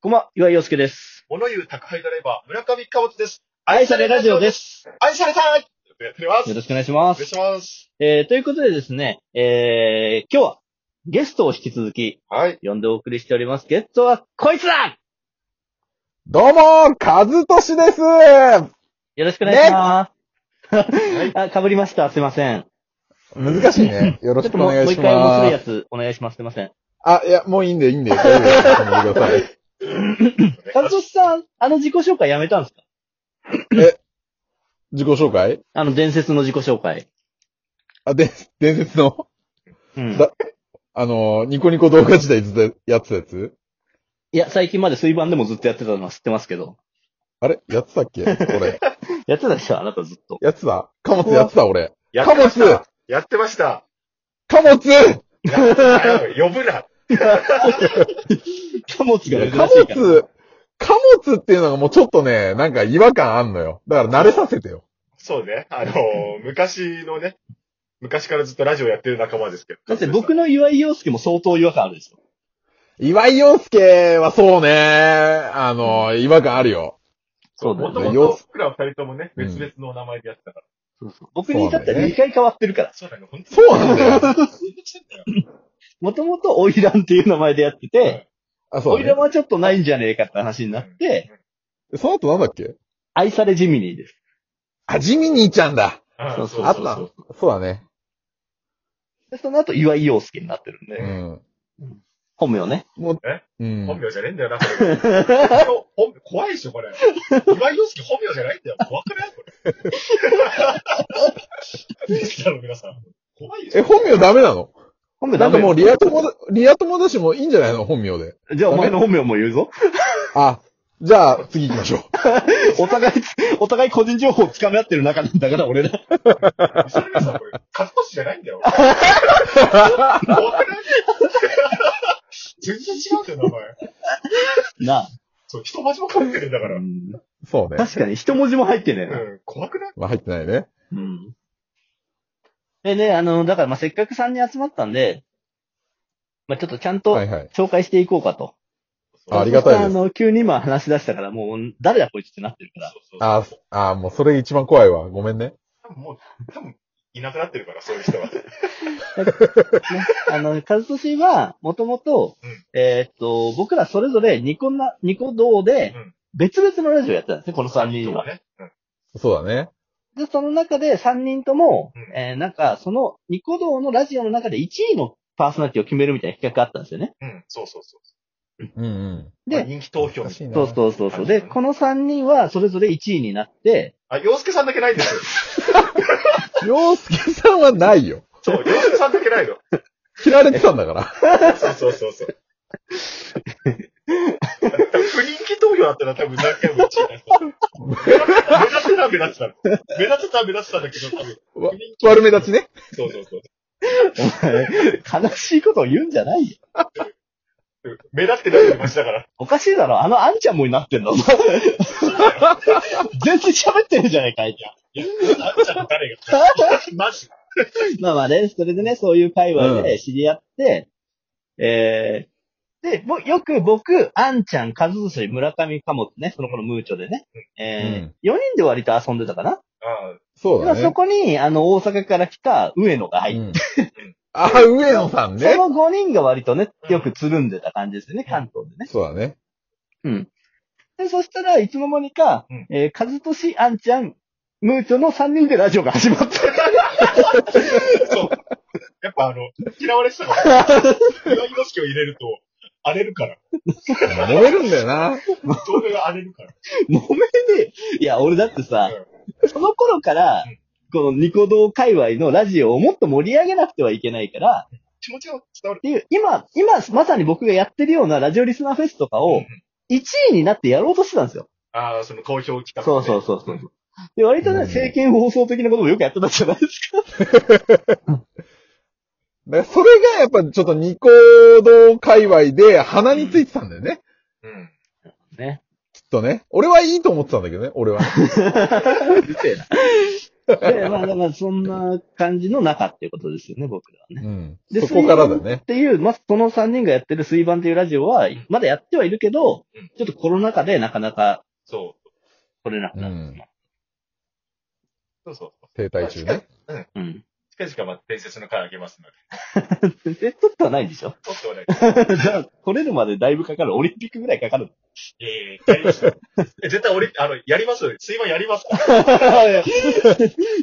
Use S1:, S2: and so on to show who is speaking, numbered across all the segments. S1: こんばんは、岩井洋介です。
S2: 物言う宅配ドライバー、村上貨物です。。
S1: 愛されラジオですす。
S2: 愛されたいやっております。
S1: よ
S2: お願
S1: ろしくお願いしま
S2: い
S1: す。
S2: します。
S1: えー、ということでですね、えー、今日はゲストを引き続き
S2: はい。
S1: 呼んでお送りしております。ゲストはこいつだ
S3: どうもカズトシです
S1: よろしくお願いします。
S2: はい
S1: あ、被りました。すいません。
S3: 難しいね。よろ
S1: ちょ
S3: し
S1: っ
S3: く
S1: と
S3: お
S1: もう
S3: 願い
S1: もう
S3: し
S1: 一回面白い
S3: ま
S1: や
S3: す。
S1: つお願いします。すいません。
S3: あ、いや、もういいんで、いいんで。大丈夫ですやめてください
S1: カズトシさん、あの自己紹介やめたんですか
S3: 自己紹介
S1: あの伝説の自己紹介。
S3: あ、で、伝説の、
S1: うん
S3: だ。あの、ニコニコ動画時代ずっとやってたやつ
S1: いや、最近まで水盤でもずっとやってたのは知ってますけど。
S3: あれやってたっけ俺。
S1: やってたでしょあなたずっ と。
S3: やってた貨物やってた俺。
S2: や
S3: 貨
S2: ました
S3: 物
S2: やってました。
S3: 貨物
S2: 呼ぶな。
S1: 貨物が珍しいから。
S3: 貨物、貨物っていうのがもうちょっとね、なんか違和感あんのよ。だから慣れさせてよ。
S2: そうね。あのー、昔のね、昔からずっとラジオやってる仲間ですけど。
S1: だって僕の岩井洋介も相当違和感あるでしょ。
S3: 岩井洋介はそうね、あの、違和感あるよ。
S1: そうだ
S2: も
S1: よ
S2: と
S1: ね
S2: も
S3: よ
S2: と僕らは二人ともね、
S3: うん
S2: 別々のお名前でやってたから。
S1: 僕に至っては2回変わってるから。
S2: そうなの、本当
S3: そうなんだよ。
S1: もともとオイランっていう名前でやってて、
S3: あ、そ
S1: オ
S3: う、
S1: イラン。
S3: ね
S1: はちょっとないんじゃねえかって話になって、、
S3: その後なんだっけ
S1: 愛されジミニーです。
S3: あ、ジミニーちゃんだ。
S2: うん
S1: そうそう
S3: あった
S2: そう
S3: そうだね。
S1: で、その後岩井洋介になってるん
S3: う
S1: で、
S3: ん。
S1: 本名ね。
S3: も
S2: え
S3: う、う。
S2: そうん本名じゃねえんだよな、これ本名本名怖いでしょ、これ。岩井洋介本名じゃないんだよ。わからん、これ。リスナーの皆さん。怖いでしょ。
S3: え、本名ダメなの
S1: 本名
S3: な
S1: ダ
S3: んか
S1: メ
S3: もう
S1: よ。
S3: リア友だ、リア友だしもいいんじゃないの本名で。
S1: じゃあお前の本名も言う ぞ。
S3: あ、じゃあ、次行きましょう。
S1: お互い、お互い個人情報をつかめ合ってる中なんだから俺ら。
S2: リスナーの皆さん、これ、カズトシじゃないんだよ。わからん。全然違うんだよ、名前。
S1: な
S2: そう、人文字も書いてるんだか
S1: あ、
S2: ら。
S3: そう ね。
S1: 確かに一文字も入ってねえな。
S2: うん、怖くない
S3: まあ、入ってないね。
S1: うん。でね、あの、だからまあせっかく3人集まったんで、まあちょっとちゃんと
S3: はいはい。
S1: 紹介していこうかと。
S3: あありがたいです
S1: あの、急に今話し出したから、もう、誰だこいつってなってる から。
S2: そうそうそう
S3: あ、あ、もうそれ一番怖いわ。ごめんね。
S2: 多分もう、多分、いなくなってるから、そういう人は。
S1: ね、あの、カズトシは、もともと
S2: うん、
S1: えーっと、僕らそれぞれニコな、ニコ動で
S2: うん、
S1: 別々のラジオやってたんですね、この3人
S2: 人は
S1: は。
S2: ね。うん
S3: そうだね。
S1: で、その中で3人とも
S2: うん、
S1: えーなんか、そのニコ動のラジオの中で1位のパーソナリティを決めるみたいな企画があったんですよね。
S2: うん、そうそうそう。
S3: うんうん。
S2: で、
S1: で、
S2: 人気投票みたいな
S3: 難しいな
S1: そうそうそうそう。で、この3人はそれぞれ1位になって、
S2: あ、洋介さんだけないんですよ。
S3: 洋介さんはないよ。
S2: そう、洋介さんだけないの。
S3: 切られてたんだから。
S2: そうそうそうそう。多分不人気投票だったら多分何回も1位になった。目立ってた、目立ってた。目立ってた、目立ってたんだけど、多分
S3: わ
S2: 不人気。
S3: 悪目立ちね。
S2: そうそうそう。
S1: お前悲しいことを言うんじゃないよ。
S2: うん目立ってないよりマシだから。
S1: おかしいだろあの、あんちゃんもになってんだぞ。全然喋ってるじゃないか、あいちゃん。
S2: いや、あんちゃんの誰が。マジ。
S1: まあまあね、それでね、そういう界隈で知り合って、えー、で、もうよく僕、あんちゃん、かずすし、村上かもってね、その子のムーチョでね、えー、4人で割と遊んでたかな。
S2: ああ、
S3: そう
S1: ま
S3: だ
S1: あそ
S3: ね。
S1: こに、あの、大阪から来た上野が入って、
S3: うんあ、上野さんね。
S1: その5人が割とね、よくつるんでた感じですよね、関東でね。
S3: そうだね。
S1: うん。で、そしたらいつの間にか、
S2: うん
S1: えー、かずとし、あんちゃん、ムーチョの3人でラジオが始まった。
S2: そう。やっぱあの、嫌われてたから。岩井の介を入れると、荒れるから。
S3: 揉めるんだよな。
S2: 動画が荒れるから。
S1: 揉めねえ。いや、俺だってさ、その頃から
S2: うん、
S1: このニコ動界隈のラジオをもっと盛り上げなくてはいけないから、っ
S2: 気持ちが伝わる。
S1: ていう、今、今、まさに僕がやってるようなラジオリスナーフェスとか
S2: う
S1: を
S2: ん、
S1: 1位になってやろうとしてたんですよ。
S2: ああ、その好評企画、ね。
S1: そうそうそうそう。で、割とね、
S3: うん
S1: 政見放送的なこともよくやってたじゃないですか。
S3: だからそれがやっぱちょっとニコ動界隈で鼻についてたんだよね。
S2: うん。
S1: ね。
S3: きっとね。俺はいいと思ってたんだけどね、俺は。
S1: うるせえな。で、まあ、まあ、そんな感じの中っていうことですよね、僕らはね。
S3: うん。
S1: で
S3: そこからだね
S1: っ。ていう、まあ、その3人がやってる水盤っていうラジオは、まだやってはいるけど
S2: うん、
S1: ちょっとコロナ禍でなかなか
S2: そ
S1: 取れなくなってしま
S2: う。そうそう。
S3: 停滞中ね。
S1: う。うん。
S2: 近々まあ伝説の回あげますので。
S1: 全然取ってはないんでしょ
S2: 撮っておられ
S1: じゃあ、取れるまでだいぶかかる。オリンピックぐらいかかる。
S2: ええ、大丈夫です え絶対俺、あの、やりますよ。水盤やりますから。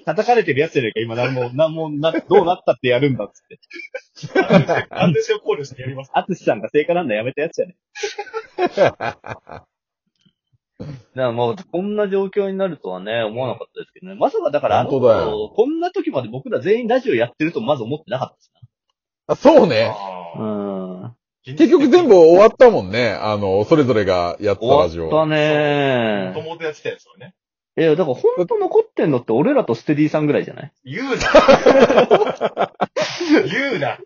S1: 叩かれてるやつじゃねえか、今、なんも、なんも、な、どうなったってやるんだっつって。
S2: 安全性を考慮してやります。
S1: アツシさんが成果なんだやめたやつじゃねえ。だからもう、こんな状況になるとはね、思わなかったですけどね。まさかだから、あの
S3: 本当だよ
S1: 頃、こんな時まで僕ら全員ラジオやってるともまず思ってなかったです
S3: あ、そうね。
S1: な。
S2: ああ
S1: うん。
S3: 結局全部終わったもんね。あの、それぞれがやったラジ
S1: 終わった
S3: オ。
S2: 元
S1: ね
S2: 々やってたやつをね。
S1: いや、だから本当残ってんのって俺らとステディさんぐらいじゃない
S2: 言うな。 言うな。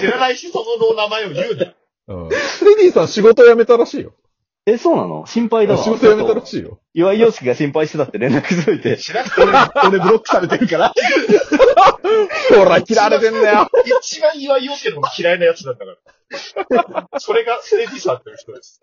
S2: 知らないし、その名前を言うな。
S3: うん。スレディさん仕事辞めたらしいよ。
S1: え、そうなの心配だわ。
S3: 仕事辞めたらしいよ。
S1: 岩井洋介が心配してたって連絡しといて。
S2: 知らなくて俺、
S1: 俺ブロックされてるから。
S3: ほら、嫌われてんだ よ。
S2: 一番岩井陽介の嫌いなやつなんだから。それがステージさんという人です。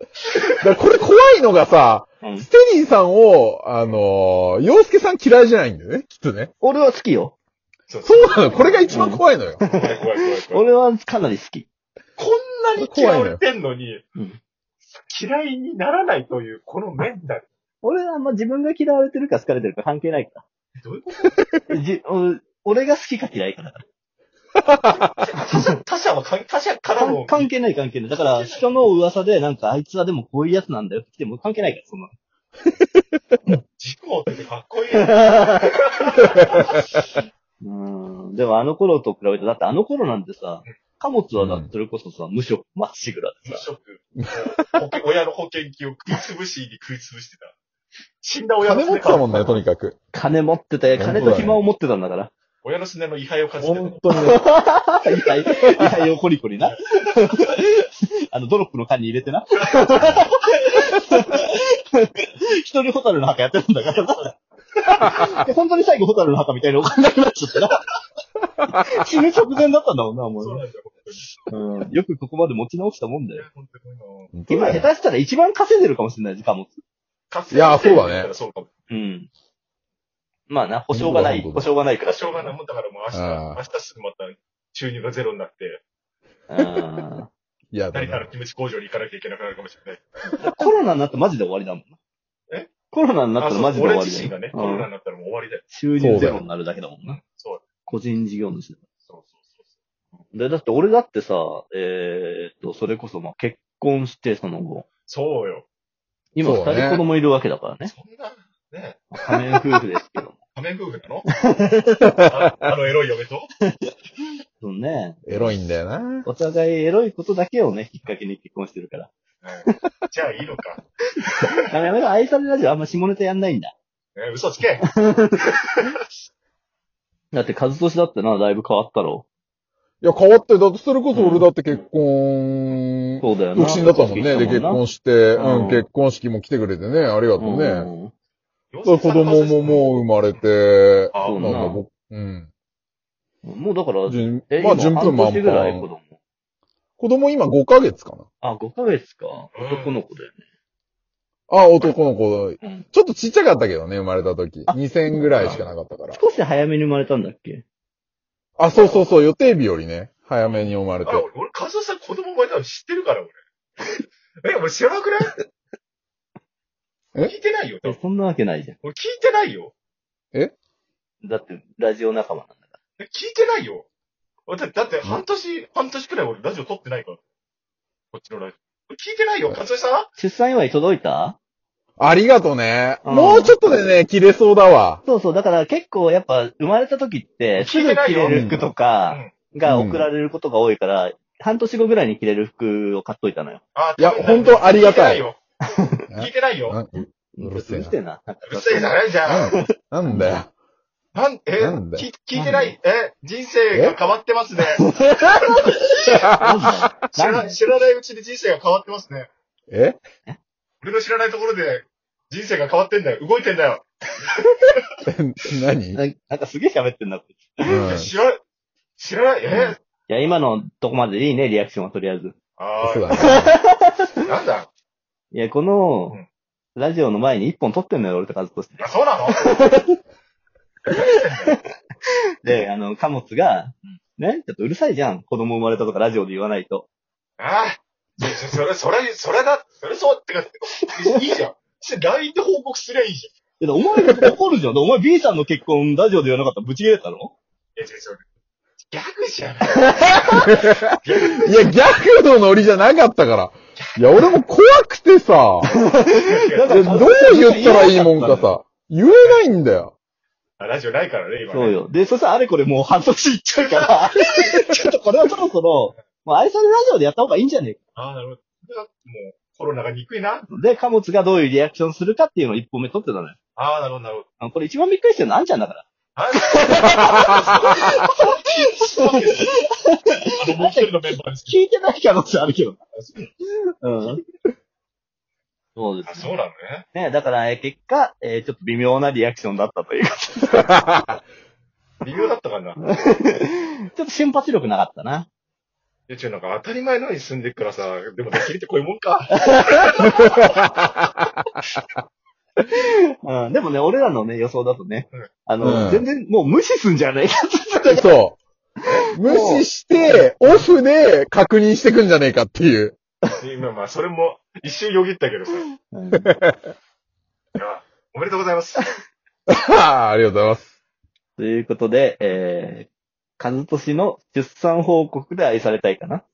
S3: だからこれ怖いのがさ、
S1: うん
S3: ステディさんを、あのー、洋介さん嫌いじゃないんだよね、きっとね。
S1: 俺は好きよ。
S2: そう
S3: そうなの、これが一番怖いのよ。
S2: 怖い怖い怖い怖い。
S1: 俺はかなり好き。
S2: こんなに嫌われてんのに、
S1: うん
S2: 嫌いにならないという、このメンタル。
S1: 俺はあんま自分が嫌われてるか好かれてるか関係ないか
S2: どういうこと
S1: ら。じお俺が好きか嫌いかだか
S2: 他者、他者は関、他者かららの
S1: 関。関係ない関係ない。だから人の噂でなんかあいつはでもこういうやつなんだよって来ても関係ないから、そんなの。
S2: 軸を持っててかっこいい。
S1: うん。でもあの頃と比べて、だってあの頃なんてさ、貨物はだ、それこそさ、無職、まっしぐらで
S2: 無
S1: さ。
S2: 職。保険 親の保険金を食い潰しに食い潰してた。死んだ親の
S3: 金持
S2: す
S3: っ
S2: ね
S3: てたもんね、とにかく。
S1: 金持ってて、金と暇を持ってたんだから。
S2: 親のすねの位牌をかじってたの
S3: 本。当に ね。
S1: いやいや、いや、コリコリな。 あの、ドロップの缶に入れてな。一人ホタルの墓やってるんだ からな。本当に最後ホタルの墓みたいにお金なくなっちゃった な。死ぬ直前だったんだもんな、も
S2: そう
S1: う
S2: なんだよ、本当に。
S1: うん。よくここまで持ち直したもんだよ。
S2: 本当にもう
S3: 本当
S1: 今、
S3: だ
S1: 下
S3: よ
S1: 手したら一番稼いでるかもしれない、時間も。
S2: かつて
S3: いやそうだね
S2: そうかも。
S1: うん。まあな、保証がない、
S3: 本
S1: 保
S3: 当
S1: 証
S3: だ
S1: がないから。
S2: しょうがないもんだからもう明
S3: あ
S2: 日、明日すぐまた収入がゼロになって、
S1: うん。
S3: いやだ
S2: 誰かの
S3: な。
S2: キムチ工場に行かなきゃいけなくなるかもしれない。
S1: コロナになってマジで終わりだもんな。
S2: え
S1: コロナになったらマジで終
S2: 俺
S1: わ
S2: 自
S1: り
S2: 身
S1: だ
S2: がね、
S1: よ。
S2: コロ
S1: う
S2: ナ
S1: ん
S2: になったらもう終わりだよ。
S1: 収入ゼロになるだけだもんな。
S2: そう
S1: 個人事業主だ。
S2: そうそうそう。
S1: で、だって俺だってさ、えーっと、それこそまあ結婚してその後、
S2: そうよ。
S1: 今二
S3: そうね
S1: 人子供いるわけだからね。
S2: そんな、ね、
S1: 仮面夫婦ですけども。
S2: 仮面夫婦な のああのエロい嫁と
S1: そうね。
S3: エロいんだよな。
S1: お互いエロいことだけをね、きっかけに結婚してるから。
S2: うんじゃあいいのか。
S1: やめろ、愛されラジオあんま下ネタやんないんだ。
S2: え嘘つけ。
S1: だって数年だってな、だいぶ変わったろ。
S3: いや、変わって、だってそれこそ俺だって結婚、
S1: そうだよな。
S3: 独身だったもんね。で、結婚して、
S1: うん
S3: うん、結婚式も来てくれてね、ありがとうね。
S1: ね。
S3: そう子供ももう生まれて、
S2: あ
S1: そう
S3: なん
S1: な
S3: か僕、うん。
S1: うんもうだから、
S3: じゅ
S1: え
S3: まあ、
S1: 今
S3: 順風満
S1: 半年ぐらい子
S3: 帆。
S1: 供。
S3: 子供今5ヶ月かな。
S1: あ、5ヶ月か。
S2: うん
S1: 男の子だよね。
S3: あ、男の子
S1: ん。
S3: ちょっとちっちゃかったけどね、生まれた時。2000ぐらいしかなかったから。
S1: 少し早めに生まれたんだっけ
S3: あ、そうそうそう、予定日よりね、早めに生まれて
S2: あ。俺、俺、カズさん子供生まれたの知ってるから、俺。え、俺知らなくない
S3: え
S2: 聞いてないよ、多
S1: え
S2: 分。
S1: そんなわけないじゃ
S2: 俺聞いてないよ。
S1: ん。だって、ラジオ仲間なんだから。
S2: え聞いてないよ。だだって、半年、半年くらい俺ラジオ撮ってないから。こっちのラジオ。聞いてないよ、カズさん
S1: 出産祝い届いた
S3: ありがとうね。
S1: うん
S3: もうちょっとでね、切れそうだわ。
S1: そうそう。だから結構やっぱ生まれた時って、す
S2: 聞い
S1: ぐ
S2: てない
S1: 着
S2: よ
S1: れる服とかが送られることが多いから、半年後ぐらいに着れる服を買っといたのよ。
S2: あ
S3: いや
S2: 多分
S3: ほんとありがたい
S2: 聞いて ないよ。聞いてないよ。
S3: なうるせえな
S1: うてえな。
S2: うるせえじゃないじゃん。
S3: なんだよ。
S2: なん、え
S3: なんだ
S2: 聞聞いてない、え人生が変わってますね。
S1: なんだ
S2: 知らない、知らないうちに人生が変わってますね。
S3: え
S2: 俺の知らないところで人生が変わってんだよ。動いてんだよ。
S3: 何うん。
S1: ななんかすげえ喋ってんな、こいつい
S3: そ
S2: 知らない、知らない、えー
S1: や、今のとこまででいいね、リアクションはとりあえず。
S2: あ
S3: う
S2: ー
S3: だね。
S2: なんだ
S1: いや、この
S2: うん、
S1: ラジオの前に一本撮ってんのよ、俺とカズとして。
S2: あ、そうなの
S1: で、あの、貨物が、ね、ちょっとうるさいじゃん。子供生まれたとかラジオで言わないと。
S2: ああ。そそれ、それ、それだ、それそうってか、いいじゃん。して LINE で報告すりゃいいじ
S1: いやお前怒るじゃん。でお前 B さんの結婚ラジオで言わなかったらブチ切れたの
S2: ゃん。いや、違う違う。ギャグじゃない。
S3: いや、ギャグのノリじゃなかったから。いや、俺も怖くてさ、
S1: なん
S3: い
S1: か
S3: やどう言ったらいいもんか。さ、言えないんだよ。
S2: あラジオないからね、今、ね。
S1: そう。よ。で、そしたらあれこれもう半年いっちゃうから、ちょっとこれはそろそろ、もう愛さんのラジオでやった方がいいんじゃねえか。
S2: ああ、なるほど。これはもう、コロナが憎いな。
S1: で、貨物がどういうリアクションするかっていうのを一本目撮ってたのよ。
S2: ああ、なるほど、なるほど。
S1: あのこれ一番びっくりしてるのあんちゃんだから。
S2: ああ、の、もう一人のメンバーですけ
S1: 聞いてない可能性あるけど。
S2: ど。
S1: うん。そうで
S2: あ、
S1: す
S2: そうなのね。
S1: ね。だから、えー結果、えーちょっと微妙なリアクションだったというか、
S2: 微妙だったかな。い
S1: ちょっと瞬発力なかったな。
S2: や、違う、なんか当たり前のように住んでっからさ、でも、ドッキリってこういうもんか。
S1: うん。でもね、俺らのね、予想だとね
S2: うん、
S1: あの、
S3: うん
S1: 全然もう無視すんじゃないか
S3: そう。無視して、オフで確認してくんじゃねえかっていう。
S2: 今、まあ、それも、一瞬よぎったけどさ。い
S1: うん
S2: やおめでとうござ います。
S3: ありがとうございます。
S1: ということで、えー、カズトシの出産報告で愛されたいかな。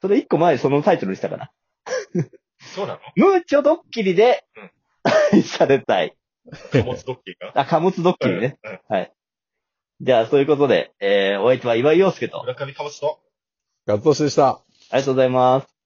S1: それ一個前そのタイトルにしたかな。
S2: そうなの
S1: ムーチョドッキリで
S2: うん、
S1: 愛されたい。
S2: 貨物ドッキリか
S1: あ、貨物ドッキリね。
S2: うん。
S1: じゃあ、そういうことで、えー、お相手は岩井陽介と、あり
S2: 村上貨物と。
S3: ガッツオシでした。
S1: がとうございます。